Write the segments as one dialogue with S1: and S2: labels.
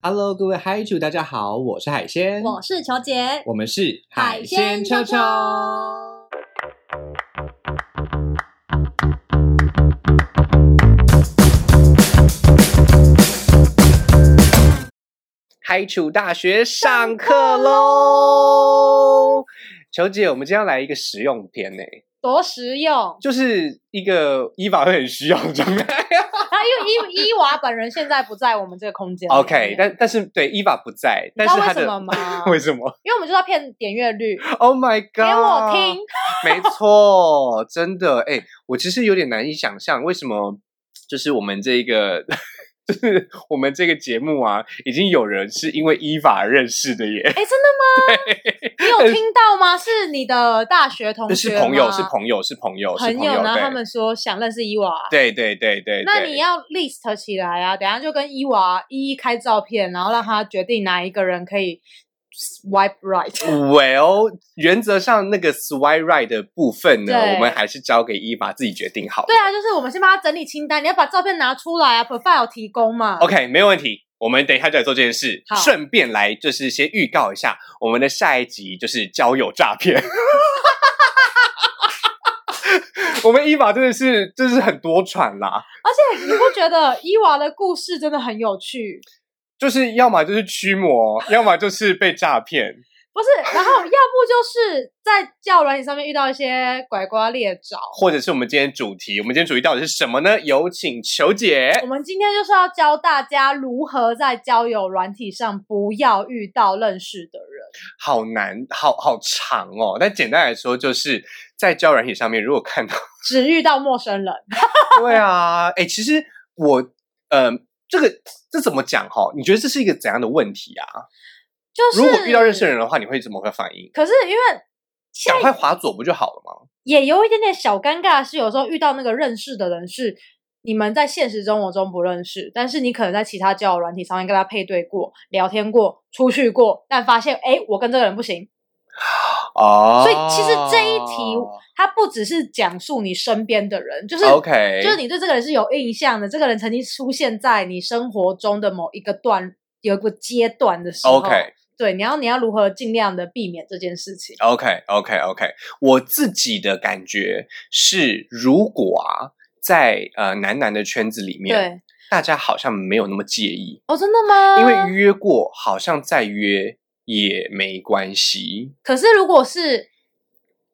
S1: Hello，各位嗨主，大家好，我是海鲜，
S2: 我是球姐，
S1: 我们是
S2: 海鲜秋秋。
S1: 嗨主大学上课喽！球姐，我们今天要来一个实用篇呢、。
S2: 多实用
S1: 就是一个医法会很需要的状态。
S2: 啊，因为伊伊娃本人现在不在我们这个空间里面。
S1: OK，但但是对伊法不在，
S2: 你
S1: 但
S2: 知道
S1: 是
S2: 为
S1: 他的
S2: 什么吗？
S1: 为什么
S2: 因为我们就是要骗点阅率， 给
S1: ？Oh my god！
S2: 我 听。
S1: 没错，真的，哎、我其实有点难以想象，为什么就是我们这一个，就是我们这个节目啊，已经有人是因为依法认识的耶，
S2: 哎，真的吗？你有听到吗？是你的大学同学
S1: 是
S2: 吗
S1: 朋友，是朋友，是朋友，是
S2: 朋
S1: 朋友，
S2: 然后
S1: 对
S2: 他们说想认识伊娃。
S1: 对对对对，
S2: 那
S1: 对
S2: 你要 list 起来啊，等一下就跟伊娃一一开照片，然后让他决定哪一个人可以 swipe right。
S1: 哦 Well，原则上那个 swipe right 的部分呢，
S2: 对
S1: 我们还是交给依法自己决定好了。
S2: 对啊，就是我们先帮他整理清单，你要把照片拿出来啊，profile 提供嘛。
S1: OK，没有问题。我们等一下就来做这件事
S2: 好，
S1: 顺便来就是先预告一下我们的下一集就是交友诈骗。我们依法真的是就是很多舛啦，
S2: 而且你不 觉得伊娃的故事真的很有趣？
S1: 就是要么就是驱魔，要么就是被诈骗。
S2: 不是，然后要不就是在教软体上面遇到一些拐瓜裂枣。
S1: 或者是我们今天主题，我们今天主题到底是什么呢？有请球姐。
S2: 我们今天就是要教大家如何在交友软体上不要遇到认识的人。
S1: 好难，好好长哦。但简单来说，就是在交友软体上面，如果看到，
S2: 只遇到陌生人，
S1: 对啊，哎、其实我，呃，这个这怎么讲哈、你觉得这是一个怎样的问题啊？
S2: 就是
S1: 如果遇到认识的人的话，你会怎么个反应？
S2: 可是因为现
S1: 赶快
S2: 在
S1: 划左不就好了吗？
S2: 也有一点点小尴尬，是有时候遇到那个认识的人是你们在现实生活中不认识，但是你可能在其他交友软体上面跟他配对过、聊天过、出去过，但发现哎，诶我跟这个人不行。
S1: 哦，
S2: 所以其实这一题，它不只是讲述你身边的人，就是。
S1: 啊 OK，
S2: 就是你对这个人是有印象的，这个人曾经出现在你生活中的某一个段、有一个阶段的时候。
S1: OK
S2: 对，你要你要如何尽量的避免这件事情？
S1: OK OK OK，我自己的感觉是，如果啊，在呃男男的圈子里面，
S2: 对，
S1: 大家好像没有那么介意。
S2: 哦，真的吗？
S1: 因为约过，好像再约也没关系。
S2: 可是如果是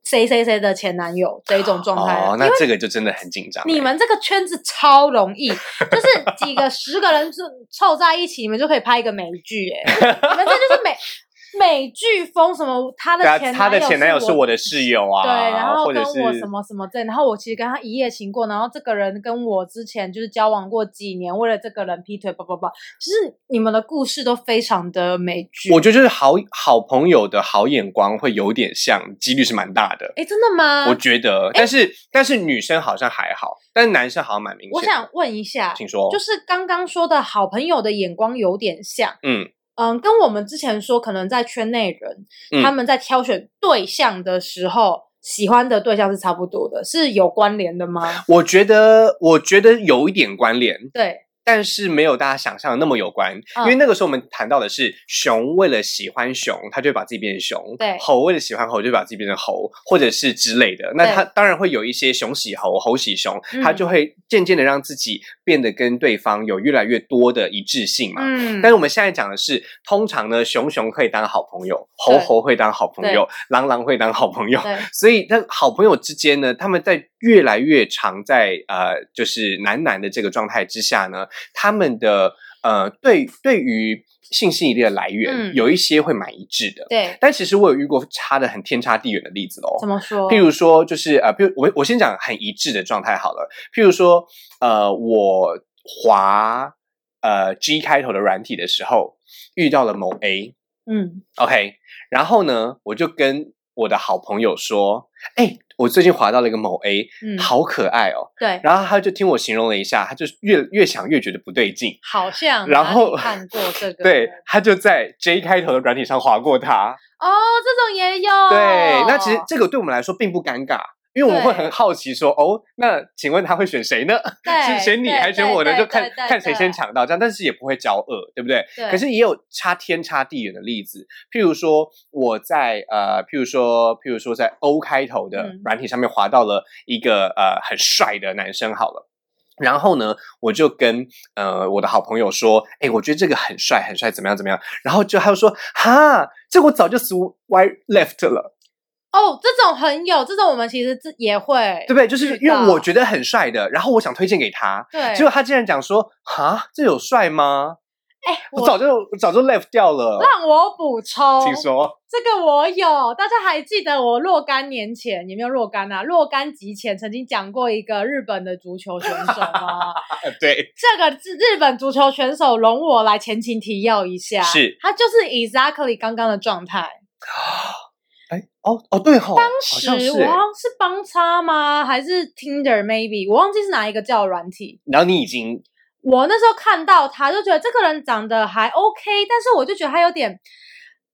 S2: 谁谁谁的前男友这一种状态啊，
S1: 哦，
S2: 因
S1: 那
S2: 为
S1: 这个就真的很紧张欸。
S2: 你们这个圈子超容易，就是几个十个人就凑在一起，你们就可以拍一个美剧、 欸，你们这就是美美剧风，什么他的
S1: 对啊，
S2: 前
S1: 他的前男友是我
S2: 的。
S1: 的室友啊，
S2: 对，然后
S1: 或
S2: 跟
S1: 者是
S2: 我什么什么对，然后我其实跟他一夜情过，然后这个人跟我之前就是交往过几年，为了这个人劈腿，叭叭叭，就是你们的故事都非常的美剧。
S1: 我觉得就是好好朋友的好眼光会有点像，几率是蛮大的。
S2: 哎，真的吗？
S1: 我觉得，但是但是女生好像还好，但是男生好像蛮明显。
S2: 我想，问一下，
S1: 请说，
S2: 就是刚刚说的好朋友的眼光有点像，
S1: 嗯
S2: 嗯，跟我们之前说，可能在圈内人、
S1: 嗯
S2: 他们在挑选对象的时候，喜欢的对象是差不多的，是有关联的吗？
S1: 我觉得我觉得有一点关联，
S2: 对，
S1: 但是没有大家想象的那么有关，
S2: 嗯
S1: 因为那个时候我们谈到的是熊为了喜欢熊，它就会把自己变成熊；
S2: 对
S1: 猴为了喜欢猴，就会把自己变成猴，或者是之类的。那
S2: 对
S1: 它当然会有一些熊喜猴，猴喜熊，
S2: 嗯
S1: 它就会渐渐的让自己变得跟对方有越来越多的一致性嘛。
S2: 嗯
S1: 但是我们现在讲的是，通常呢，熊熊可以当好朋友，猴
S2: 对
S1: 猴会当好朋友，狼狼会当好朋友，
S2: 对，
S1: 所以，那好朋友之间呢，他们在越来越常在呃，就是男男的这个状态之下呢，他们的呃，对对于性吸引力的来源，
S2: 嗯
S1: 有一些会蛮一致的。
S2: 对，
S1: 但其实我有遇过差的很天差地远的例子喽。
S2: 怎么说？
S1: 譬如说，就是呃，譬如我我先讲很一致的状态好了。譬如说，呃，我滑呃 G 开头的软体的时候，遇到了某 A，
S2: 嗯，
S1: OK，然后呢，我就跟我的好朋友说，哎、我最近滑到了一个某 A，、
S2: 嗯
S1: 好可爱哦。
S2: 对，
S1: 然后他就听我形容了一下，他就越越想越觉得不对劲，
S2: 好像
S1: 然
S2: 哪里
S1: 后
S2: 看 过这个，
S1: 对，他就在 J 开头的软体上划过它。
S2: 哦，这种也有，
S1: 对，那其实这个对我们来说并不尴尬，因为我们会
S2: 对
S1: 很好奇说，哦，那请问他会选谁呢？
S2: 对，
S1: 是选你
S2: 对
S1: 还是选我呢？
S2: 对
S1: 就
S2: 对
S1: 看
S2: 对对
S1: 看谁
S2: 对
S1: 先抢到这样，但是也不会骄傲，对不对？
S2: 对
S1: 可是也有差天差地远的例子，譬如说我在呃，譬如说譬如说在 O 开头的
S2: 嗯
S1: 软体上面滑到了一个呃很帅的男生，好了。然后呢，我就跟呃我的好朋友说，哎，我觉得这个很帅，很帅，怎么样怎么样？然后就他就说，哈，这我早就 swipe left 了，
S2: 哦，这种很有，这种我们其实自也会
S1: 对不对？就是
S2: 知
S1: 因为我
S2: 道
S1: 觉得很帅的，然后我想推荐给他，
S2: 对，
S1: 结果他竟然讲说，哈，这有帅吗？
S2: 哎，
S1: 我早就我早就 left 掉了。
S2: 让我补充，
S1: 请说，
S2: 这个我有，大家还记得我若干年前有没有若干啊？若干集前曾经讲过一个日本的足球选手 吗？
S1: 呃对，
S2: 这个日日本足球选手，容我来前情提要一下，
S1: 是
S2: 他就是 exactly 刚刚的状态。
S1: 哎，哦哦，对吼，好
S2: 是
S1: 像是
S2: 我
S1: 哎
S2: 好像是帮差吗？还是 Tinder maybe？我忘记是哪一个叫软体。
S1: 然后你已经
S2: 我那时候看到他就觉得这个人长得还 OK，但是我就觉得他有点，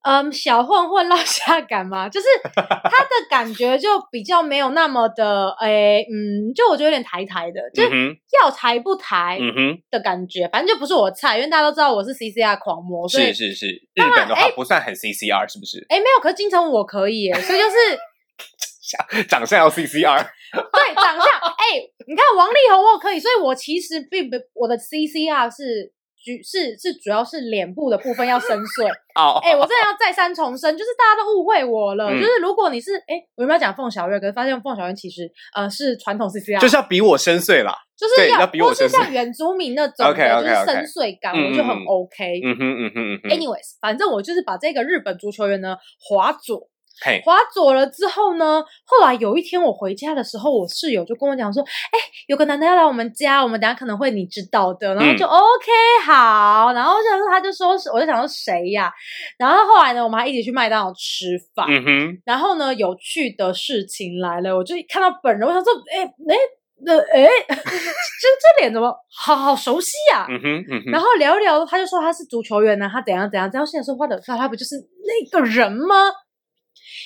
S2: 嗯，小混混落下感嘛，就是他的感觉就比较没有那么的，诶、嗯，就我觉得有点抬抬的，就是
S1: 嗯
S2: 要抬不抬
S1: 哼，嗯哼，
S2: 的感觉，反正就不是我菜，因为大家都知道我是 CCR 狂魔，所以
S1: 是是是，日本的话
S2: 哎
S1: 不算很 CCR 是不是？
S2: 诶没有，可是金城武我可以耶，所以就是
S1: 长相要 CCR，
S2: 对长相，哎、你看王力宏我可以，所以我其实并不我的 CCR 是主是是主要是脸部的部分要深邃。
S1: 哦，
S2: 哎、我真的要再三重申，就是大家都误会我了。
S1: 嗯
S2: 就是如果你是哎、我原本要讲凤小岳，可是发现凤小岳其实呃是传统 CCR，
S1: 就是要比我深邃啦。
S2: 就是
S1: 对
S2: 要
S1: 要比我
S2: 不是
S1: 深邃
S2: 像原住民那种的
S1: OK，OK，OK
S2: 就是深邃感，
S1: 嗯
S2: 我就很
S1: 嗯嗯
S2: OK。
S1: 嗯哼嗯哼嗯哼，
S2: Anyways，反正我就是把这个日本足球员呢划左，
S1: 嘿，
S2: 划左了之后呢，后来有一天我回家的时候，我室友就跟我讲说，哎、有个男的要来我们家，我们等下可能会你知道的，然后就、OK 好，然后我想说他就说是，我就想说谁呀、然后后来呢，我们还一起去麦当劳吃饭，
S1: 嗯哼，
S2: 然后呢，有趣的事情来了，我就一看到本人，我想说，哎、哎。那哎， 这这脸怎么好好熟悉呀、
S1: 嗯哼嗯哼，
S2: 然后聊一聊，他就说他是足球员呢、他怎样怎样。然后现在说话的，他不就是那个人吗？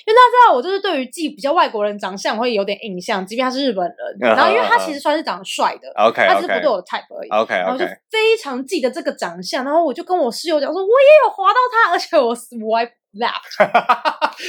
S2: 因为大家知道，我就是对于自己比较外国人长相我会有点印象，即便他是日本人。
S1: 嗯哼
S2: 然后因为他
S1: 嗯哼
S2: 其实算是长得帅的
S1: OK
S2: 他只是不
S1: OK
S2: 对我 type 而已。
S1: OK
S2: 然后就
S1: OK，
S2: 非常记得这个长相，然后我就跟我室友讲说，我也有滑到他，而且我 swipe left。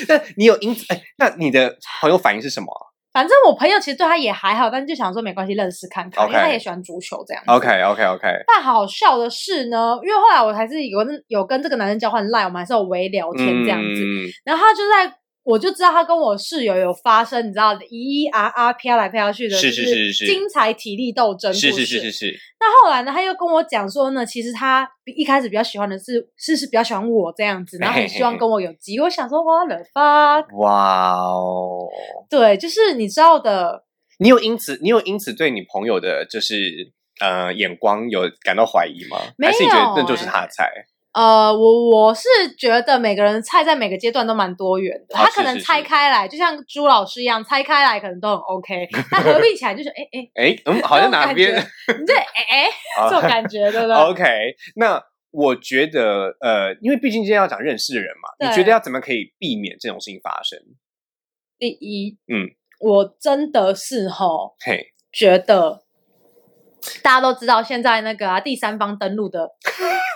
S1: 那你有因此哎，那你的朋友反应是什么
S2: 反正我朋友其实对他也还好，但是就想说没关系，认识看看
S1: OK
S2: 因为他也喜欢足球这样子。
S1: ？OK OK OK，
S2: 但好笑的是呢，因为后来我还是有跟有跟这个男生交换 line，我们还是有微聊天这样子。
S1: 嗯
S2: 然后他就在，我就知道他跟我室友有发生，你知道咿咿啊啊飘来飘去的，
S1: 是
S2: 就是
S1: 是是是
S2: 精彩体力斗争故
S1: 是
S2: 事。
S1: 是是是是，
S2: 那后来呢，他又跟我讲说呢，其实他比一开始比较喜欢的是是是比较喜欢我这样子，然后很希望跟我有机会。我想说，what the fuck？
S1: 哇哦。
S2: 对，就是你知道的，
S1: 你有因此，你有因此对你朋友的，就是呃眼光有感到怀疑吗？
S2: 没
S1: 还是你觉得
S2: 有
S1: 那就是
S2: 欸
S1: 他的菜？
S2: 呃，我我是觉得每个人菜在每个阶段都蛮多元的，
S1: 啊
S2: 他
S1: 是
S2: 可能
S1: 是是
S2: 拆开来，就像朱老师一样拆开来可能都很 OK，那合并起来就是哎哎，诶
S1: 哎，嗯， 好像
S2: 这种
S1: 哪
S2: 感
S1: 边
S2: 觉你这 哎哎
S1: 啊
S2: 这种感觉，对不对？
S1: OK，那我觉得，呃，因为毕竟今天要讲认识的人嘛，你觉
S2: 对
S1: 得要怎么可以避免这种事情发生？
S2: 第一，
S1: 嗯，
S2: 我真的是吼
S1: 嘿，
S2: 觉得。大家都知道，现在那个啊，第三方登录的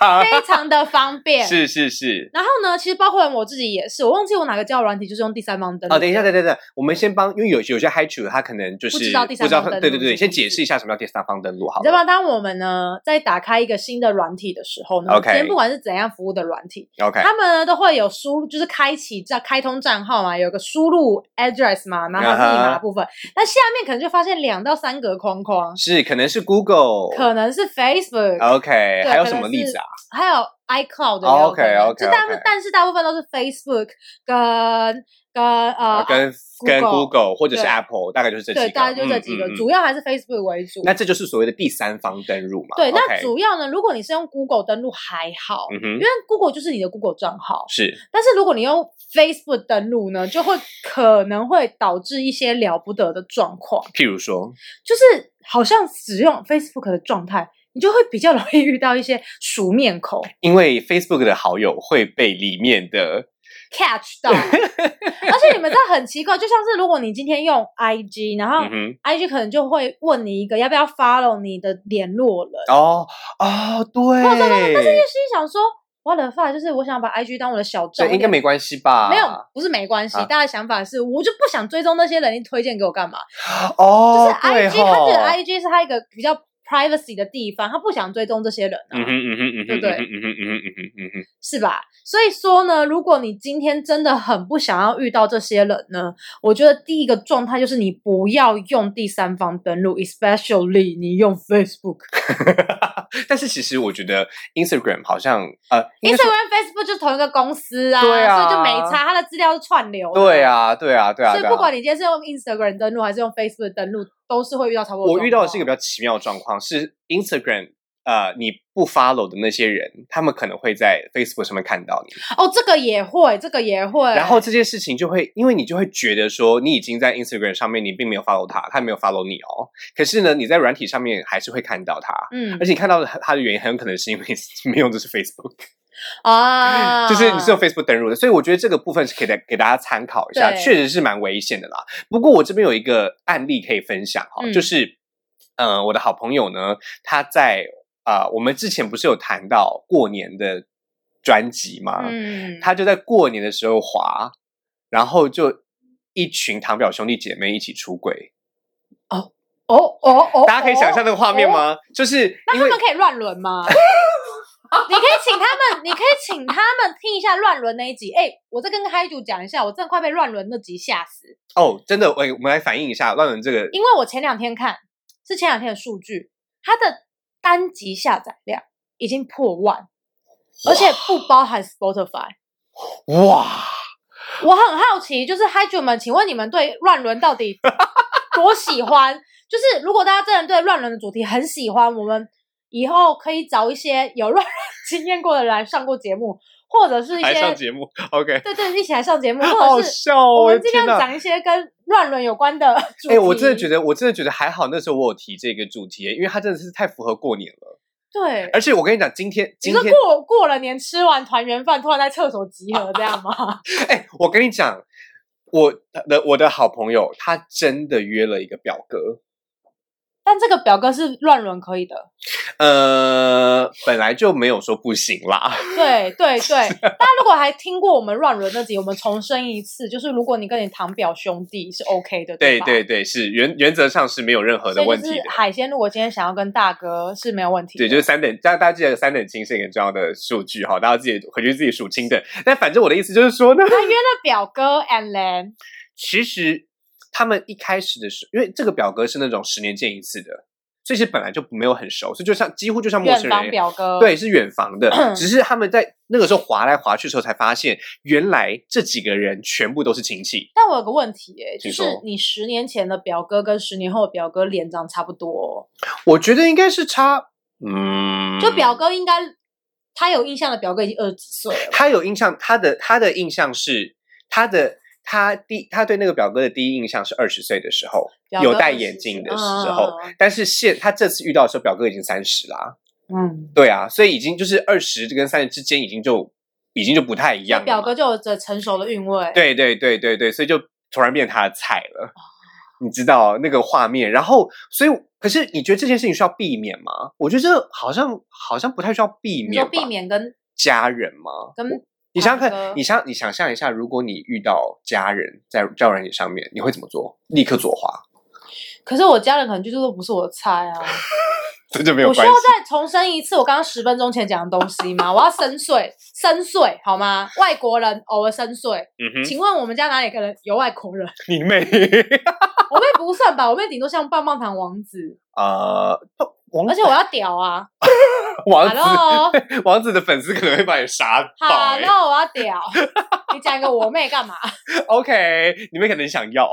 S1: 啊
S2: 非常的方 便。。
S1: 是是是。
S2: 然后呢，其实包括我自己也是，我忘记我哪个交友软体就是用第三方登录。
S1: 哦，等一下，等等等，我们先帮，因为有有些嗨曲他可能就是
S2: 不知道第三
S1: 不知道
S2: 方
S1: 他
S2: 登
S1: 对对
S2: 录
S1: 对，
S2: 是
S1: 先
S2: 不是
S1: 解释一下什么叫第三方登录好
S2: 你知道
S1: 了。
S2: 吗？当我们呢在打开一个新的软体的时候呢
S1: OK
S2: 今天不管是怎样服务的软体，
S1: OK，
S2: 他们呢都会有输入，就是开启这开通账号嘛，有个输入 address 嘛，然后还有密
S1: 啊
S2: 码
S1: 哈
S2: 的部分。那、下面可能就发现两到三格框框，
S1: 是可能是 Google，
S2: 可能是 Facebook，、
S1: OK，还有
S2: 可
S1: 什
S2: 能
S1: 么例
S2: 是
S1: 子啊？
S2: 还有 iCloud 的
S1: 哦
S2: 也有
S1: OK，
S2: 可能
S1: OK，
S2: 就但是
S1: OK
S2: 但是大部分都是 Facebook 跟跟呃
S1: 呃，跟跟
S2: Google
S1: Google 或者是
S2: 对
S1: Apple，大概就是这几个，
S2: 对，大概就这
S1: 嗯
S2: 几个，
S1: 嗯嗯
S2: 主要还是 Facebook 为主。
S1: 那这就是所谓的第三方登入嘛？
S2: 对，那
S1: OK，
S2: 主要呢，如果你是用 Google 登录还好，
S1: 嗯
S2: 因
S1: 哼
S2: 为 Google 就是你的 Google 账号，
S1: 是
S2: 但是如果你用 Facebook 登录呢，就会可能会导致一些了不得的状况，
S1: 譬如说，
S2: 就是好像使用 Facebook 的状态，你就会比较容易遇到一些熟面孔。
S1: 因为 Facebook 的好友会被里面的
S2: catch 到，而且你们这很奇怪，就像是如果你今天用 IG，然后
S1: 嗯哼，
S2: IG 可能就会问你一个要不要 follow 你的联络人，
S1: 哦哦，对
S2: 就，心里想说我的 fuck，就是我想把 IG 当我的小众
S1: 这
S2: 一点，
S1: 应该没关系吧？
S2: 没有，不是没关系，
S1: 啊
S2: 大家的想法是我就不想追踪那些人，你推荐给我干嘛？
S1: 哦，
S2: 就是
S1: 对
S2: IG，他觉得
S1: 吼
S2: IG 是他一个比较 privacy 的地方，他不想追踪这些人啊，
S1: 嗯哼嗯哼嗯哼，
S2: 对不对
S1: 嗯哼嗯哼嗯哼嗯哼嗯哼，
S2: 是吧？所以说呢，如果你今天真的很不想要遇到这些人呢，我觉得第一个状态就是你不要用第三方登录，especially 你用 Facebook、
S1: 嗯但是其实我觉得 Instagram 好像呃，应该说
S2: Instagram、Facebook 就是同一个公司啊，
S1: 对啊
S2: 所以就没差，它的资料是串流的。
S1: 对。啊，对啊，对啊，
S2: 所以
S1: 对啊
S2: 不管你今天是用 Instagram 登录还是用 Facebook 登录，都是会遇到差不多。
S1: 我遇到的是一个比较奇妙的状况，是 Instagram 呃你不 follow 的那些人，他们可能会在 Facebook 上面看到你，
S2: 哦，这个也会，这个也会。
S1: 然后这件事情就会，因为你就会觉得说你已经在 Instagram 上面，你并没有 follow 他，他也没有 follow 你哦，可是呢，你在软体上面还是会看到他。
S2: 嗯
S1: 而且你看到他的原因，很有可能是因为 你用的是 Facebook，、
S2: 啊，
S1: 就是你是用 Facebook 登录的，所以我觉得这个部分是可以给给大家参考一下，
S2: 对
S1: 确实是蛮危险的啦。不过我这边有一个案例可以分享哈、
S2: 嗯
S1: 就是，呃，我的好朋友呢，他在啊、呃我们之前不是有谈到过年的专辑吗？
S2: 嗯，
S1: 啊他就在过年的时候滑，然后就一群堂表兄弟姐妹一起出轨，
S2: 哦哦哦，
S1: 大家可以想象那
S2: 哦
S1: 个画面？吗？就是
S2: 那
S1: 因
S2: 他
S1: 为
S2: 们可以乱 伦吗？你可以请他们，你可以请他们听一下乱伦那一集。哎、我再跟嗨主讲一下，我真的快被乱伦那集吓死，
S1: 哦，真的，我我们来反映一下乱伦这个
S2: 因为我前两天看是前两天的数据，它的单集下载量已经破万，而且不包含 Spotify。
S1: 哇。
S2: 我很好奇，就是嗨主们，请问你们对乱伦到底多喜欢？ 就是如果大家真的对乱伦的主题很喜欢，我们以后可以找一些有乱伦经验过的人来上过节目，或者是一
S1: 还上
S2: 些
S1: 节目，OK，
S2: 对对一起来上节目，
S1: 好
S2: 或者是
S1: 笑哦！
S2: 我
S1: 我
S2: 们
S1: 的
S2: 尽
S1: 天
S2: 量
S1: 哪！
S2: 讲一些跟乱伦有 关的主题。
S1: 哎、我真的觉得，我真的觉得还好，那时候我有提这个主题，因为它真的是太符合过年了。
S2: 对。
S1: 而且我跟你讲，今天
S2: 你
S1: 今
S2: 说
S1: 天，
S2: 过过了年吃完团圆饭，突然在厕所集合这样吗？
S1: 哎、我跟你讲，我的我的好朋友，他真的约了一个表哥，
S2: 但这个表哥是乱伦可以的，
S1: 呃，本来就没有说不行 啦。
S2: 对对对，大家如果还听过我们乱伦那集，我们重申一次，就是如果你跟你堂表兄弟是 OK 的，
S1: 对
S2: 吧？
S1: 对对，是原原则上是没有任何
S2: 所
S1: 的
S2: 以
S1: 问
S2: 就
S1: 题
S2: 是
S1: 的。
S2: 海鲜，如果今天想要跟大哥是没有问题的，
S1: 对，就是三等，大家大家记得三等亲是一个很重要的数据哈，大家自己回去自己数清等。但反正我的意思就是说呢，
S2: 他约了表哥 and then
S1: 其实他们一开始的时候，因为这个表格是那种十年见一次的，所以其实本来就没有很熟，所以就像几乎就像陌
S2: 远
S1: 生
S2: 房
S1: 人一样。
S2: 表哥，
S1: 对，是远房 的，只是他们在那个时候划来划去的时候，才发现原来这几个人全部都是亲戚。
S2: 但我有个问题、欸，就
S1: 请
S2: 是
S1: 说
S2: 你十年前的表哥跟十年后的表哥脸长差不多、哦
S1: 我觉得应该是差，嗯，
S2: 就表哥应该他有印象的表哥已经二十几岁了吧，
S1: 他有印象，他的他的印象是他的他第他对那个表哥的第一印象是二十岁的时候，
S2: 表
S1: 有
S2: 哥
S1: 戴
S2: 20
S1: 眼
S2: 几
S1: 镜
S2: 岁
S1: 的时候，
S2: 嗯
S1: 但是现他这次遇到的时候，表哥已经三十啦。
S2: 嗯，
S1: 对啊，所以已经就是二十跟三十之间，已经就已经就不太一样了嘛。
S2: 表哥就有着成熟的韵味，
S1: 对对对对对，所以就突然变他的菜了，
S2: 哦
S1: 你知道那个画面。然后，所以可是你觉得这件事情需要避免吗？我觉得这好像好像不太需要避
S2: 你
S1: 免
S2: 说
S1: 吧，
S2: 避免跟
S1: 家人吗？
S2: 跟
S1: 我你想想
S2: 堂哥
S1: 看，你想你想象一下，如果你遇到家人在交友软件上面，你会怎么做？立刻左滑，
S2: 可是我家人可能就说不是我的菜啊。
S1: 这就没
S2: 我
S1: 有
S2: 需
S1: 关
S2: 要
S1: 系。
S2: 再重申一次我刚刚十分钟前讲的东西吗？我要深邃，深邃好吗？外国人偶尔深邃，
S1: 嗯哼，
S2: 请问我们家哪里个人有外国人？
S1: 你妹
S2: 我妹不算吧，我妹顶多像棒棒糖王子，
S1: 呃，王
S2: 而且我要屌啊
S1: 王子
S2: ！Hello
S1: 王子的粉丝可能会把你杀爆、欸。
S2: Hello，我要啊屌！你讲一个我妹干嘛？
S1: OK，你们可能想要，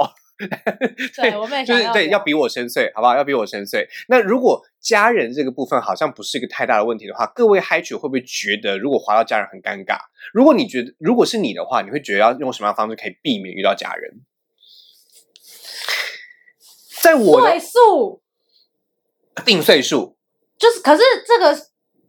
S2: 对我妹
S1: 就是
S2: 想要
S1: 对，
S2: 屌
S1: 要比我深邃，好不好？要比我深邃。那如果家人这个部分好像不是一个太大的问题的话，各位嗨曲会不会觉得，如果滑到家人很尴尬？如果你觉得，如果是你的话，你会觉得要用什么样的方式可以避免遇到家人？在我
S2: 岁
S1: 的
S2: 数，
S1: 定岁数，
S2: 就是可是这个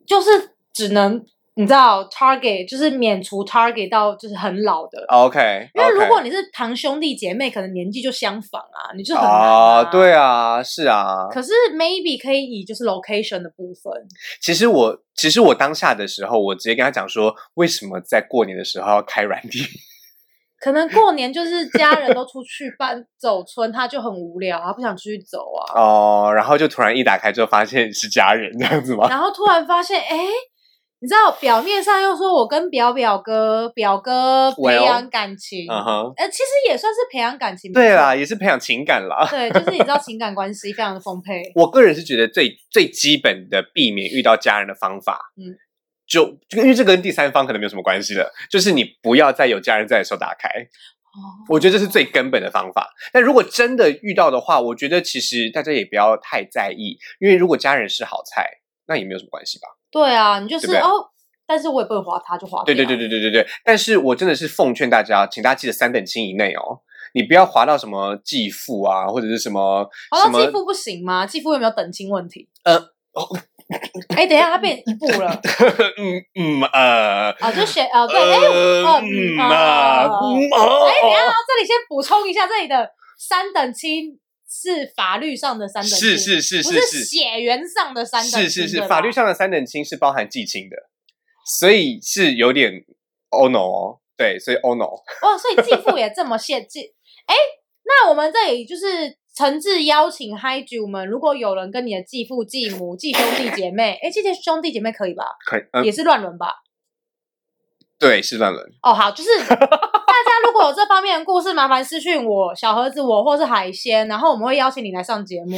S2: 就是只能你知道 target 就是免除 target 到就是很老的。
S1: OK，
S2: 因为如
S1: OK
S2: 果你是堂兄弟姐妹，可能年纪就相仿啊，你就很难
S1: 啊、
S2: 啊。
S1: 对啊，是啊。
S2: 可是 maybe 可以以就是 location 的部分，
S1: 其实我其实我当下的时候，我直接跟他讲说，为什么在过年的时候要开软体？
S2: 可能过年就是家人都出去办走村，他就很无聊，他不想出去走啊。
S1: 哦，然后就突然一打开之后，发现是家人这样子吗？
S2: 然后突然发现，哎、你知道表面上又说我跟表表哥表哥培
S1: Well，
S2: 养感情，
S1: 嗯哼，
S2: 呃，其实也算是培养感情。
S1: 对
S2: 啦，
S1: 啦，也是培养情感啦。。
S2: 对，就是你知道情感关系非常的丰沛
S1: 我个人是觉得最最基本的避免遇到家人的方法，嗯
S2: 嗯，
S1: 就因为这跟第三方可能没有什么关系的，就是你不要在有家人在的时候打开，
S2: 哦
S1: 我觉得这是最根本的方法。但如果真的遇到的话，我觉得其实大家也不要太在意，因为如果家人是好菜，那也没有什么关系吧。
S2: 对啊，你就是
S1: 对不对
S2: 哦，但是我也不能划他，就划
S1: 对对对
S2: 对，
S1: 对对对对。但是我真的是奉劝大家，请大家记得三等亲以内哦，你不要滑到什么继父啊，或者是什么
S2: 划
S1: 什
S2: 哦到继
S1: 么。
S2: 父不行吗？继父有没有等亲问题？
S1: 呃
S2: 哦， 哎，等一下，他变一步 了
S1: 嗯嗯呃，
S2: 啊，就选啊，对，哎，
S1: 呃
S2: 哦
S1: 嗯
S2: 嗯
S1: 啊，
S2: 哦
S1: 嗯哦
S2: 哎，等一下，这里先补充一下，这里的三等亲是法律上的三等亲，
S1: 是是是
S2: 不
S1: 是
S2: 是血缘上的三等亲，
S1: 是是
S2: 对
S1: 是，
S2: 吧
S1: 法律上的三等亲是包含继亲的，所以是有点 oh no 哦，对，所以 oh no，
S2: 哇，哦所以继父也这么限制。 哎，那我们这里就是诚挚邀请嗨局，我们如果有人跟你的继父、继母、继兄弟姐妹，哎，这些兄弟姐妹可以吧？
S1: 可以，嗯，
S2: 也是乱伦吧？
S1: 对，是乱伦，
S2: 哦，好，就是大家如果有这方面的故事，麻烦私讯我、小盒子我，或是海鲜，然后我们会邀请你来上节目。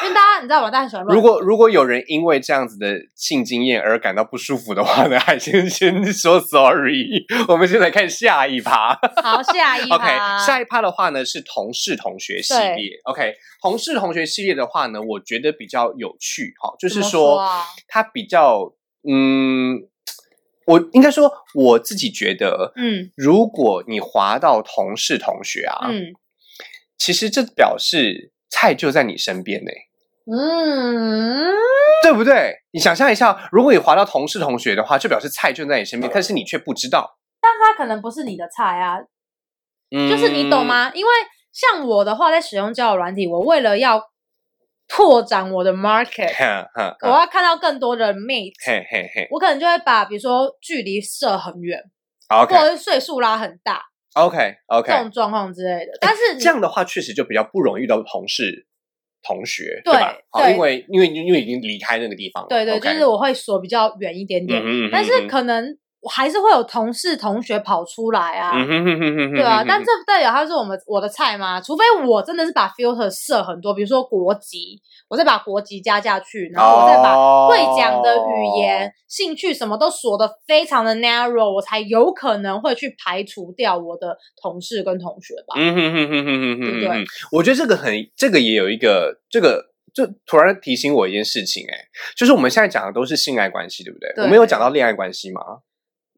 S2: 因为大家你知道吗？大家很喜欢乱
S1: 如
S2: 伦。
S1: 果如果有人因为这样子的性经验而感到不舒服的话呢，还先先说 sorry。我们先来看下一趴
S2: 好，下一
S1: ，OK，
S2: 趴
S1: 下一趴的话呢是同事同学系
S2: 对
S1: 列，OK，同事同学系列的话呢，我觉得比较有趣哈、就
S2: 怎
S1: 是
S2: 么
S1: 说
S2: 啊
S1: 它比较嗯，我应该说我自己觉得，
S2: 嗯
S1: 如果你滑到同事同学啊，
S2: 嗯
S1: 其实这表示菜就在你身边呢、
S2: 嗯，
S1: 对不对？你想象一下，如果你滑到同事同学的话，就表示菜就在你
S2: 嗯
S1: 身边，但是你却不知道，
S2: 他可能不是你的菜啊，
S1: 嗯
S2: 就是你懂？吗？因为像我的话，在使用交友软体，我为了要拓展我的 market，
S1: 哼哼
S2: 我
S1: 哼
S2: 要看到更多的 mate，
S1: 嘿嘿嘿
S2: 我可能就会把比如说距离设很远，或
S1: ，OK
S2: 者是岁数拉很大
S1: OK
S2: 这
S1: OK，
S2: 种状况之类的。但是你
S1: 这样的话确实就比较不容易遇到同事同学，
S2: 对
S1: 吧？好，
S2: 对
S1: 因为因为因为已经离开那个地方了，
S2: 对对，
S1: OK
S2: 就是我会锁比较远一点
S1: 嗯
S2: 点，
S1: 哼嗯哼
S2: 但
S1: 嗯
S2: 是
S1: 哼
S2: 可能我还是会有同事同学跑出来啊。
S1: 嗯哼哼哼哼哼，
S2: 对啊，但
S1: 哼
S2: 这不代表他是我们我的菜吗？除非我真的是把 filter 设很多，比如说国籍，我再把国籍加下去，然后我再把
S1: 哦
S2: 会讲的语言、兴趣什么都锁的非常的 narrow，我才有可能会去排除掉我的同事跟同学吧。
S1: 嗯哼哼哼哼哼
S2: 对
S1: 哼
S2: 不
S1: 哼
S2: 对
S1: 哼，我觉得这个很，这个也有一个，这个就突然提醒我一件事情、欸，就是我们现在讲的都是性爱关系，对不对？
S2: 对
S1: 我们有讲到恋爱关系吗？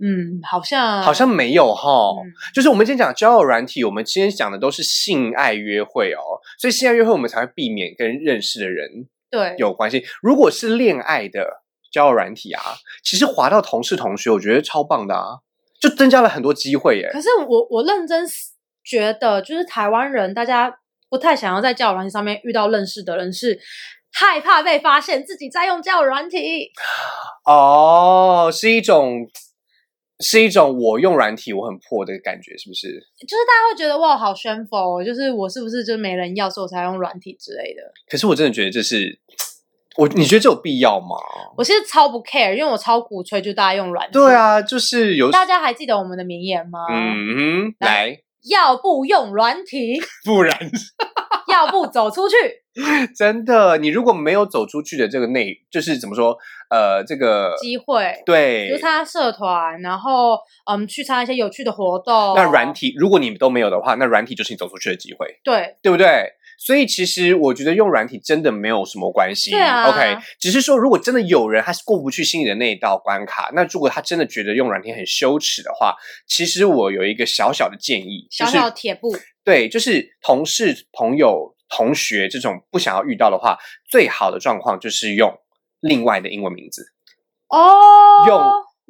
S2: 嗯，好像
S1: 好像没有哈。
S2: 嗯
S1: 就是我们今天讲交友软体，我们今天讲的都是性爱约会哦，所以性爱约会我们才会避免跟认识的人
S2: 对，
S1: 有关系。如果是恋爱的交友软体啊，其实滑到同事同学，我觉得超棒的啊，就增加了很多机会耶、
S2: 可是我我认真思觉得，就是台湾人大家不太想要在交友软体上面遇到认识的人，是害怕被发现自己在用交友软体。
S1: 哦，是一种，是一种我用软体我很破的感觉，是不是？
S2: 就是大家会觉得哇，好炫富、哦，就是我是不是就没人要，所以我才用软体之类的。
S1: 可是我真的觉得这是我，你觉得这有必要吗？
S2: 我其实超不 care，因为我超鼓吹就大家用软体。
S1: 对，啊，就是有，
S2: 大家还记得我们的名言吗？
S1: 嗯哼，
S2: 来
S1: 来，
S2: 要不用软体，
S1: 不然
S2: 要不走出去，
S1: 真的，你如果没有走出去的这个内，就是怎么说，呃，这个
S2: 机会。比
S1: 对
S2: 如，参加社团，然后嗯，去参加一些有趣的活动。
S1: 那软体，如果你都没有的话，那软体就是你走出去的机会。
S2: 对
S1: 对不对？所以其实我觉得用软体真的没有什么关系、
S2: 对啊
S1: o k 只是说如果真的有人他是过不去心里的那一道关卡，那如果他真的觉得用软体很羞耻的话，其实我有一个小小的建议，
S2: 小
S1: 就是
S2: 小的铁布，
S1: 对，就是同事、朋友、同学这种不想要遇到的话，最好的状况就是用另外的英文名字。
S2: 哦，
S1: 用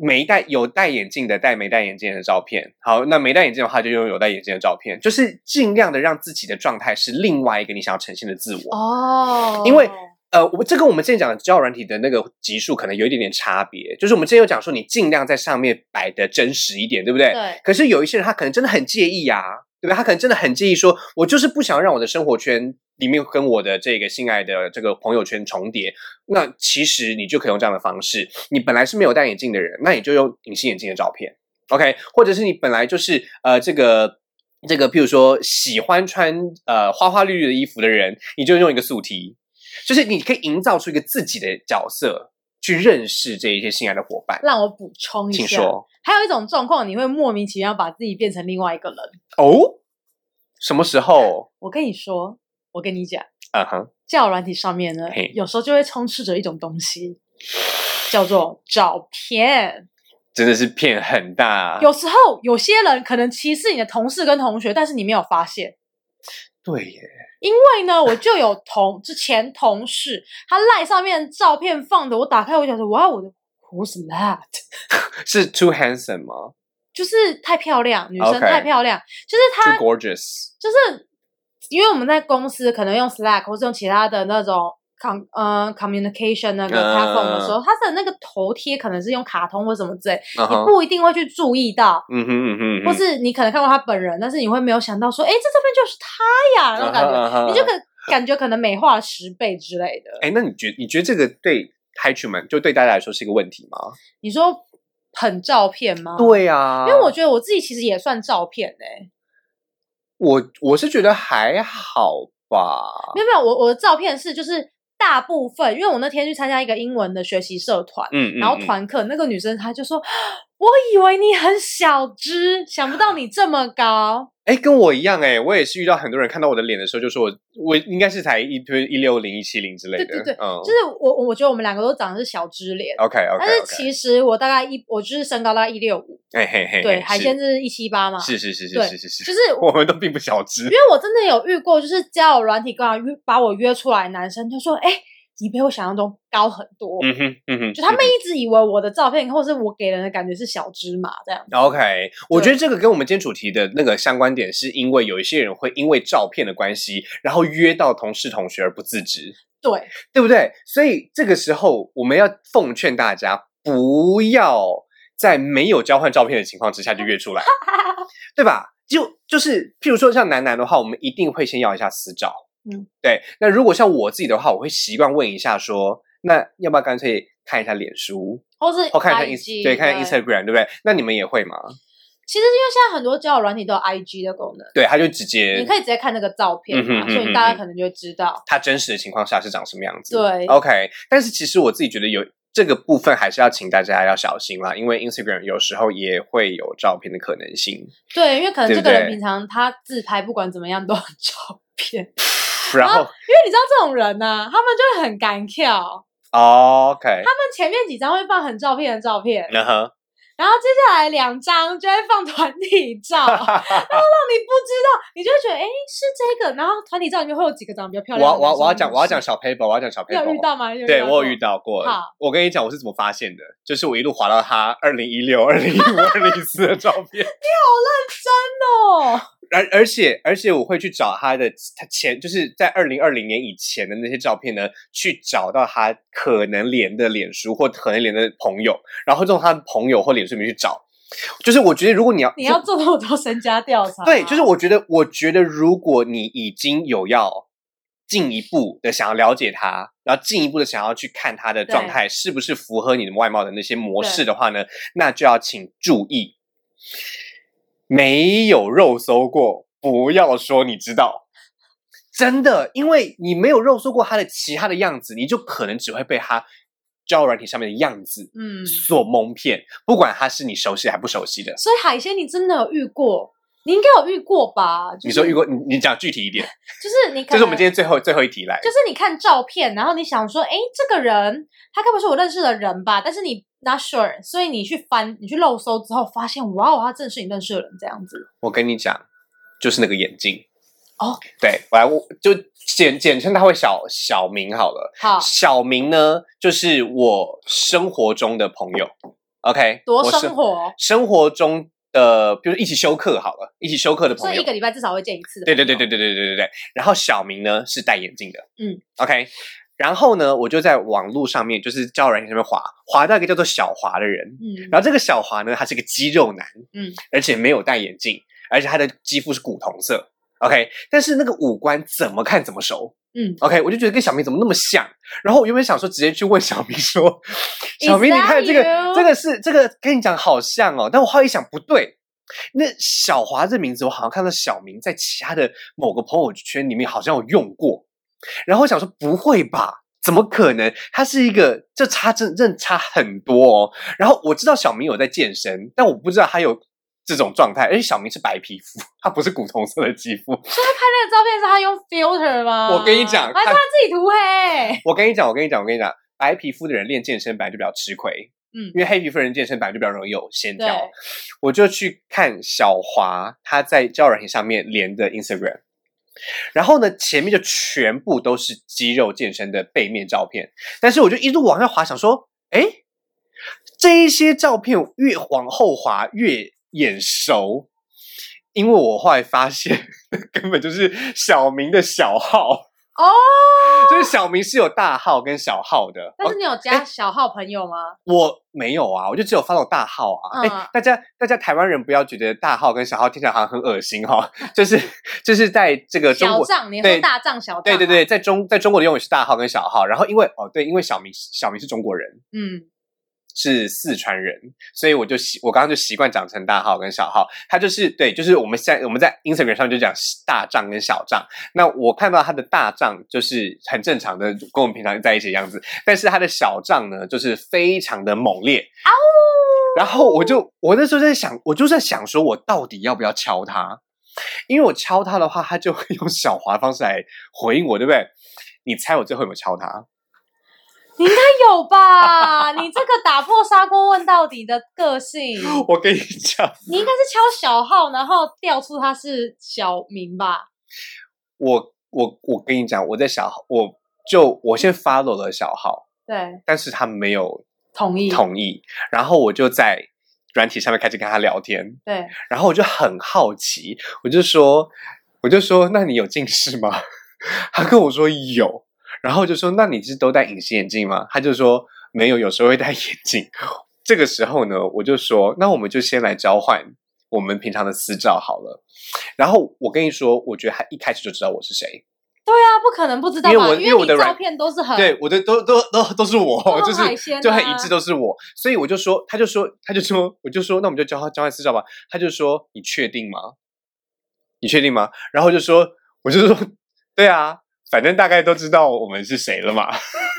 S1: 没戴有戴眼镜的戴没戴眼镜的照片。好，那没戴眼镜的话，就用有戴眼镜的照片，就是尽量的让自己的状态是另外一个你想要呈现的自我。
S2: 哦，
S1: 因为呃，我这跟我们之前讲的交友软体的那个级数可能有一点点差别，就是我们之前有讲说你尽量在上面摆的真实一点，对不对？
S2: 对
S1: 可是有一些人他可能真的很介意啊，对吧？他可能真的很介意说，我就是不想让我的生活圈里面跟我的这个性爱的这个朋友圈重叠。那其实你就可以用这样的方式，你本来是没有戴眼镜的人，那你就用隐形眼镜的照片，OK？或者是你本来就是呃这个。这个，譬如说喜欢穿呃花花绿绿的衣服的人，你就用一个素 T，就是你可以营造出一个自己的角色，去认识这一些性爱的伙伴。
S2: 让我补充一
S1: 请
S2: 下，
S1: 说
S2: 还有一种状况，你会莫名其妙把自己变成另外一个人。
S1: 哦，什么时候？
S2: 我跟你说，我跟你讲，
S1: 嗯哼，
S2: 交友软体上面呢
S1: 嘿，
S2: 有时候就会充斥着一种东 西，叫做照片。
S1: 真的是骗很大。啊
S2: 有时候有些人可能歧视你的同事跟同学，但是你没有发现。
S1: 对耶，
S2: 因为 呢，我就有同之前同事，他赖上面照片放的，我打开我想说，哇，我的 Who's that？
S1: 是 too handsome 吗
S2: 就是太漂亮，女生
S1: OK
S2: 太漂亮就
S1: ？Too
S2: 是她
S1: gorgeous？
S2: 就是因为我们在公司可能用 Slack 或是用其他的那种 com 呃 communication 那个
S1: 嗯
S2: platform 的时候，它的那个头贴可能是用卡通或什么之类，
S1: 嗯
S2: 你
S1: 哼，
S2: 不一定会去注意到。
S1: 嗯哼嗯哼，
S2: 或是你可能看过他本人，但是你会没有想到说，哎，这照片就是他
S1: 嗯
S2: 呀，那种感觉
S1: 觉
S2: 你就可感觉可能美化了十倍之类的。
S1: 哎，那你觉你觉得这个对 h i t 们就对大家来说是一个问题吗？
S2: 你说很照片吗？、
S1: 对啊，
S2: 因为我觉得我自己其实也算照片哎、
S1: 我我是觉得还好吧。
S2: 没有没有，我我的照片是就是大部分，因为我那天去参加一个英文的学习社团，
S1: 嗯，嗯
S2: 然后
S1: 嗯
S2: 团课那个女生她就说，我以为你很小只，想不到你这么高。
S1: 哎，跟我一样哎，我也是遇到很多人看到我的脸的时候，就说我我应该是才一一六零一七零之类的，
S2: 对对对
S1: 嗯
S2: 就是我我我觉得我们两个都长得是小只脸。
S1: ，OK 哦 OK，
S2: 但是其实我大概一，我就是身高大概一六五，
S1: 哎嘿嘿，
S2: 对，
S1: 嘿
S2: 海
S1: 是
S2: 鲜是一七八嘛，
S1: 是是是是
S2: 对
S1: 是是是，
S2: 就是是
S1: 我们都并不小只
S2: 因，为我真的有遇过，就是交友软体刚好约把我约出来，男生就说：“哎、你比我想象中高很多。
S1: 嗯哼嗯哼，
S2: 就他们一直以为我的照片或是我给人的感觉是小芝麻这样。
S1: OK，我觉得这个跟我们今天主题的那个相关点，是因为有一些人会因为照片的关系，然后约到同事同学而不自知，
S2: 对，
S1: 对不对？所以这个时候我们要奉劝大家，不要在没有交换照片的情况之下就约 出来，对吧？就就是譬如说像楠楠的话，我们一定会先要一下私照，
S2: 嗯，
S1: 对。那如果像我自己的话，我会习惯问一下说，那要不要干脆看一下脸书，
S2: 或是
S1: 或看一下
S2: IG，
S1: ins 对，看一下 Instagram，对不对？那你们也会吗？
S2: 其实因为现在很多交友软体都有 IG 的功能，
S1: 对，他就直接
S2: 你可以直接看那个照片
S1: 嗯
S2: 嘛，
S1: 哼嗯
S2: 所
S1: 哼
S2: 以
S1: 嗯
S2: 大家可能就会知道。
S1: 他真实的情况下是长什么样子。
S2: 对
S1: ，OK。但是其实我自己觉得有这个部分还是要请大家要小心啦，因为 Instagram 有时候也会有照片的可能性。
S2: 对，因为可能
S1: 对
S2: 这
S1: 不
S2: 个人
S1: 对
S2: 平常他自拍不管怎么样都很 照片，因
S1: 然
S2: 啊
S1: 后、
S2: 为你知道这种人呢、他们就会很敢跳，
S1: 哦 OK，
S2: 他们前面几张会放很照片的照片，
S1: 嗯哼，
S2: 然后接下来两张就会放团体 照，然后让你不知道，你就会觉得哎是这个，然后团体照里面会有几个长得比较漂
S1: 我
S2: 亮
S1: 要
S2: 的
S1: 我要我要
S2: 男生
S1: 讲我要讲
S2: 女
S1: 小 paper，我要讲小
S2: 生，你有遇
S1: paper。哦
S2: 到吗？你有
S1: 对，我有
S2: 过
S1: 遇到过
S2: 好。
S1: 我跟你讲，我是怎么发现的，就是我一路滑到他二零一六、二零一五、二零一四的照片，
S2: 真的哦，
S1: 而而且而且我会去找他的他前，就是在二零二零年以前的那些照片呢，去找到他可能连的脸书或可能连的朋友，然后从他的朋友或脸书里面去找。就是我觉得，如果你要
S2: 你要做那么多身家调查？啊
S1: 对，就是我觉得，我觉得如果你已经有要进一步的想要了解他，然后进一步的想要去看他的状
S2: 对
S1: 态是不是符合你的外貌的那些模式
S2: 对
S1: 的话呢，那就要请注意，没有肉搜过，不要说你知道。真的，因为你没有肉搜过他的其他的样子，你就可能只会被他交友软体上面的样子
S2: 嗯，
S1: 所蒙骗，不管他是你熟悉还不熟悉的。
S2: 所以海鲜你真的有遇过，你应该有遇过吧？就是、
S1: 你说，如果你你讲具体一点，
S2: 就是你可能，
S1: 这是我们今天最后最后一题来。
S2: 就是你看照片，然后你想说，哎，这个人他该不是我认识的人吧？但是你 not sure，所以你去翻，你去漏搜之后，发现哇哦，他正是你认识的人这样子。
S1: 我跟你讲，就是那个眼镜，
S2: 哦，
S1: 对，我来我就简简称他为小小明好了。
S2: 好，
S1: 小明呢，就是我生活中的朋友，OK，
S2: 多
S1: 我
S2: 生活，哦
S1: 生活中的，比如一起休课好了，一起休课的
S2: 所
S1: 朋
S2: 以
S1: 友
S2: 一，个礼拜至少会见一次的。
S1: 对对对对，对对对对对。然后小明呢是戴眼镜的，
S2: 嗯
S1: ，OK。然后呢，我就在网络上面，就是交友软件上面滑，滑到一个叫做小华的人。
S2: 嗯，
S1: 然后这个小华呢，他是个肌肉男，
S2: 嗯，
S1: 而且没有戴眼镜，而且他的肌肤是古铜色。OK，但是那个五官怎么看怎么熟。
S2: 嗯
S1: ，OK，我就觉得跟小明怎么那么像。然后我原本想说直接去问小明说，
S2: Is
S1: 小明你看
S2: that
S1: 这个
S2: you？
S1: 这个是这个跟你讲好像哦，但我后来一想不对，那小华这名字我好像看到小明在其他的某个朋友圈里面好像有用过，然后我想说不会吧？怎么可能？他是一个，这差真真的差很多哦。然后我知道小明有在健身，但我不知道他有这种状态，而且小明是白皮肤，他不是古铜色的肌肤。
S2: 他那个照片是他用 filter 吗？
S1: 我跟你讲
S2: 还是
S1: 看
S2: 啊他自己涂黑？
S1: 我跟你讲，我跟你讲，我跟你讲，白皮肤的人练健身本来就比较吃亏，因
S2: 嗯
S1: 为黑皮肤人健身本来就比较容易有线条
S2: 对。
S1: 我就去看小华他在交友软件上面连的 Instagram，然后呢，前面就全部都是肌肉健身的背面照片，但是我就一路往下滑，想说，哎，这一些照片越往后滑越眼熟。因为我后来发现， 根本就是小明的小号，
S2: 哦，
S1: 就是小明是有大号跟小号的。哦
S2: 但是你有加小号朋友吗？
S1: 我没有啊，我就只有 follow 大号啊。哎、
S2: 嗯
S1: 大家大家台湾人不要觉得大号跟小号听起来好像很恶心哈、哦，就是就是在这个中
S2: 小
S1: 国。
S2: 账，你
S1: 对
S2: 说大账小账？啊
S1: 对对对，，在中在中国的用语是大号跟小号，然后因为哦对，因为小明小明是中国人，
S2: 嗯，
S1: 是四川人，所以我就习我刚刚就习惯讲成大号跟小号，他就是对，就是我们现在我们在 Instagram 上就讲大账跟小账，那我看到他的大账就是很正常的，跟我们平常在一起的样子，但是他的小账呢，就是非常的猛烈，
S2: 啊呜，
S1: 然后我就我那时候在想，我就在想说我到底要不要敲他，因为我敲他的话，他就会用小滑的方式来回应我，对不对？你猜我最后有没有敲他？
S2: 你应该有吧？你这个打破砂锅问到底的个性，
S1: 我跟你讲，
S2: 你应该是敲小号，然后调出他是小明吧？
S1: 我我我跟你讲，我在小号我就我先 follow 了小号，
S2: 对，
S1: 但是他没有
S2: 同意，
S1: 同意，然后我就在软体上面开始跟他聊天，
S2: 对，
S1: 然后我就很好奇，我就说，我就说，那你有近视吗？ 他跟我说有，然后我就说，那你是都戴隐形眼镜吗？他就说没有，有时候会戴眼镜。这个时候呢，我就说，那我们就先来交换我们平常的私照好了。然后我跟你说，我觉得他一开始就知道我是谁，
S2: 他不可能不知道
S1: 因为
S2: 吧？
S1: 我因为我
S2: 你
S1: 的软
S2: 照片都是很
S1: 对，我的都都都都是我，
S2: 都很
S1: 就是
S2: 海鲜
S1: 就很
S2: 啊
S1: 一致都是我，所以我就说，他就说，他就说，我就说，那我们就交换交换私照吧。他就说，你确定吗？你确定吗？然后我就说，我就说，对啊，反正大概都知道我们是谁了嘛。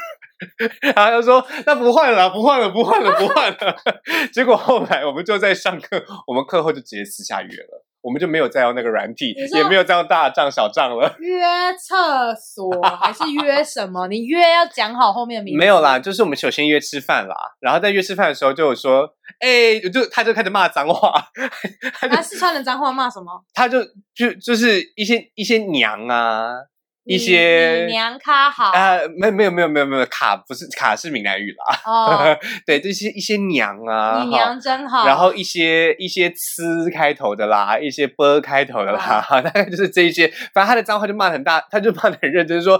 S1: 然后他就说：“那不换了，不换了，不换了，不换了。” 结果后来我们就在上课，我们课后就直接私下约了，我们就没有再用那个软体
S2: 你，说
S1: 也没有再用大账小账了。
S2: 约厕所还是约什么？你约要讲好后面的名字。
S1: 没有啦，，就是我们首先约吃饭啦，然后在约吃饭的时候就有说，哎、我就他就开始骂脏话，他就
S2: 啊，四川人脏话骂什么？
S1: 他就就就是一些一些娘啊，一
S2: 你
S1: 些
S2: 你娘咖 好
S1: 啊、没没有没有没有没有卡不是卡是闽南语啦，
S2: 哦，
S1: 对，这些一些娘啊，
S2: 你
S1: 哈
S2: 娘真好。
S1: 然后一些一些呲开头的啦，一些啵开头的啦，大概就是这一些。反正他的脏话就骂得很大，他就骂得很认真说，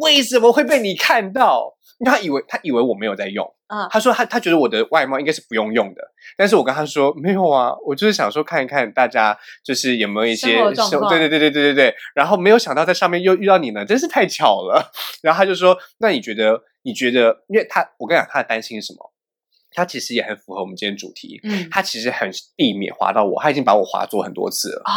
S1: 为什么会被你看到？因为他以为他以为我没有在用，
S2: 嗯
S1: 他说他他觉得我的外貌应该是不用用的，但是我跟他说没有啊，我就是想说看一看大家就是有没有一些
S2: 生活状
S1: 生
S2: 况
S1: 对对对对对对对，然后没有想到在上面又遇到你呢，真是太巧了。然后他就说，那你觉得你觉得，因为他我跟你讲他的担心是什么？他其实也很符合我们今天主题，
S2: 嗯
S1: 他其实很避免划到我，他已经把我划做很多次了。
S2: 哦，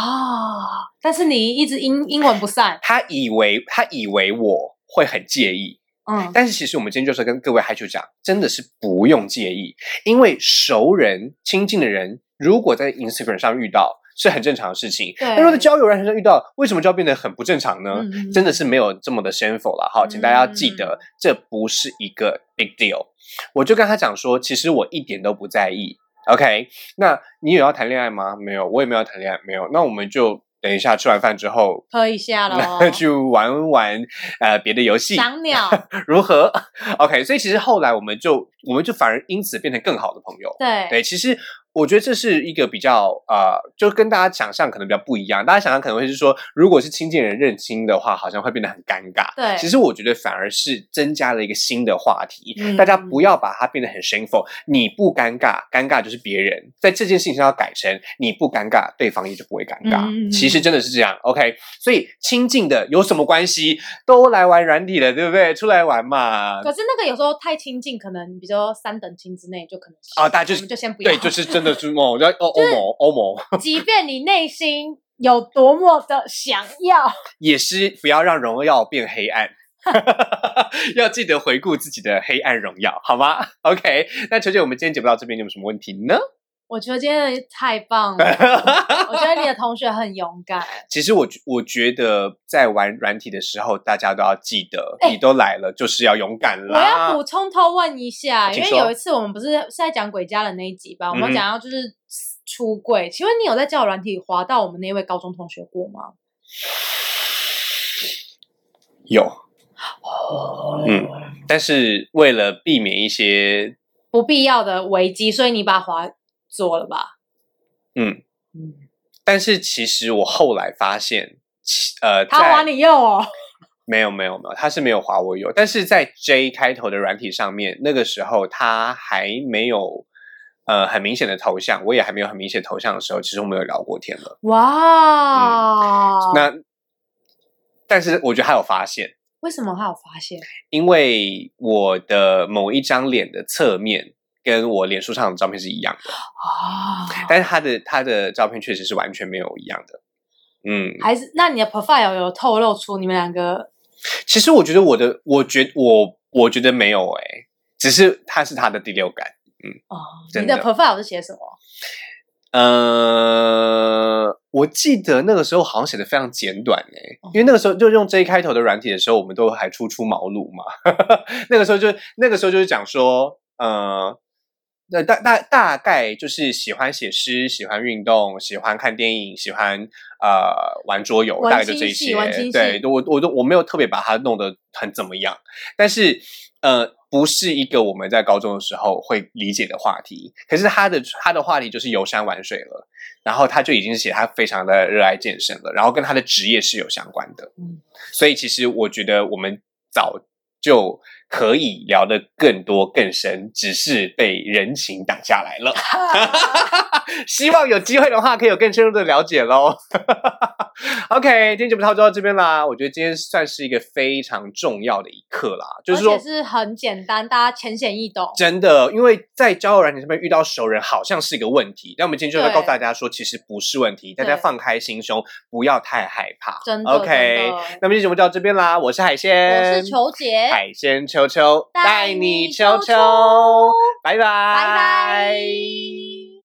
S2: 但是你一直英英文不善，
S1: 他以为他以为我会很介意，
S2: 嗯，
S1: 但是其实我们今天就是跟各位害羞讲，真的是不用介意，因为熟人、亲近的人，如果在 Instagram 上遇到是很正常的事情。
S2: 对
S1: 那如果在交友软件上遇到，为什么就要变得很不正常呢？
S2: 嗯嗯
S1: 真的是没有这么的 shameful 了哈，请大家记得，这不是一个 big deal。我就跟他讲说，其实我一点都不在意。OK，那你有要谈恋爱吗？没有，我也没有要谈恋爱，没有。那我们就等一下吃完饭之后。
S2: 喝一下喽。
S1: 去玩玩呃别的游戏，
S2: 赏鸟，
S1: 如何 ？OK，所以其实后来我们就我们就反而因此变成更好的朋友。
S2: 对，
S1: 对，其实我觉得这是一个比较呃，就跟大家想象可能比较不一样。大家想象可能会是说，如果是亲近人认亲的话，好像会变得很尴尬。
S2: 对
S1: 其实我觉得反而是增加了一个新的话题，
S2: 嗯
S1: 大家不要把它变得很 shameful。你不尴尬，尴尬就是别人。在这件事情上要改成你不尴尬，对方也就不会尴尬。
S2: 嗯嗯嗯
S1: 其实真的是这样。OK，所以亲近的有什么关系？都来玩软体了，对不对？出来玩嘛。
S2: 可是那个有时候太亲近，可能比如说三等亲之内就可能
S1: 啊大家就是
S2: 我们就先不要，
S1: 对，就是真 的是哦，要欧欧
S2: 就是
S1: 盟欧盟。
S2: 即便你内心有多么的想要，
S1: 也是不要让荣耀变黑暗。 要记得回顾自己的黑暗荣耀，好吗？OK，那球姐，我们今天节目到这边，你有没有什么问题呢？
S2: 我觉得今天的太 棒了。我觉得你的同学很勇敢，
S1: 其实我觉我觉得在玩软体的时候，大家都要记得，
S2: 哎
S1: 你都来了，就是要勇敢
S2: 我要
S1: 啦啊
S2: 补。充偷问一下，因
S1: 请
S2: 为
S1: 说
S2: 有一次我们不是是在讲鬼家人那一集吧，我
S1: 嗯哼
S2: 们讲到就是出柜，请问你有在交友软体滑到我们那位高中同学过吗？
S1: 有，嗯，但是为了避免一些，
S2: 不必要的危机，所以你把它滑左了吧？
S1: 嗯，
S2: 嗯，
S1: 但是其实我后来发现，其呃，
S2: 他
S1: 在
S2: 滑你右哦，
S1: 没有没有没有，他是没有划我有，但是在 J 开头的软体上面，那个时候他还没有呃很明显的头像，我也还没有很明显的头像的时候，其实我们有聊过天了。
S2: 哇，
S1: 嗯那但是我觉得他有发现，
S2: 为什么他有发现？
S1: 因为我的某一张脸的侧面跟我脸书上的照片是一样的，
S2: 啊，
S1: 但是他的他的照片确实是完全没有一样的。嗯，
S2: 还是那你的 profile 有透露出你们两个
S1: 其实我觉得我的，我觉我我觉得没有诶、只是他是他的第六感。
S2: 哦，
S1: 真
S2: 你的
S1: 的
S2: profile 是写什么？
S1: 呃，我记得那个时候好像写的非常简短诶、
S2: 哦
S1: 因为那个时候就用 J 开头的软体的时候，我们都还初出茅庐嘛。 那个时候就那个时候就是讲说，呃，那大大大概就是喜欢写诗，喜欢运动，喜欢看电影，喜欢呃玩桌游，
S2: 玩
S1: 大概就
S2: 心
S1: 这一
S2: 系
S1: 些
S2: 玩心。
S1: 对
S2: 系，
S1: 我我都我没有特别把它弄得很怎么样，但是呃，不是一个我们在高中的时候会理解的话题。可是他的他的话题就是游山玩水了，然后他就已经写他非常的热爱健身了，然后跟他的职业是有相关的。
S2: 嗯
S1: 所以其实我觉得我们早就可以聊得更多更深，只是被人情挡下来 了。希望有机会的话，可以有更深入的了解喽。OK，今天节目差不多到这边啦。我觉得今天算是一个非常重要的一刻啦，就是说
S2: 而且是很简单，大家浅显易懂。
S1: 真的，因为在交友软件上面遇到熟人好像是一个问题，但我们今天就要
S2: 对
S1: 告诉大家说，其实不是问题，大家
S2: 对
S1: 放开心胸，不要太害怕。
S2: 真的
S1: OK，
S2: 真的
S1: 那么今天节目就到这边啦，我是海鲜，
S2: 我是球姐，
S1: 海鲜球球，
S2: 带
S1: 带
S2: 你
S1: 你
S2: 球
S1: 球
S2: 球
S1: 球，拜拜，
S2: 拜拜。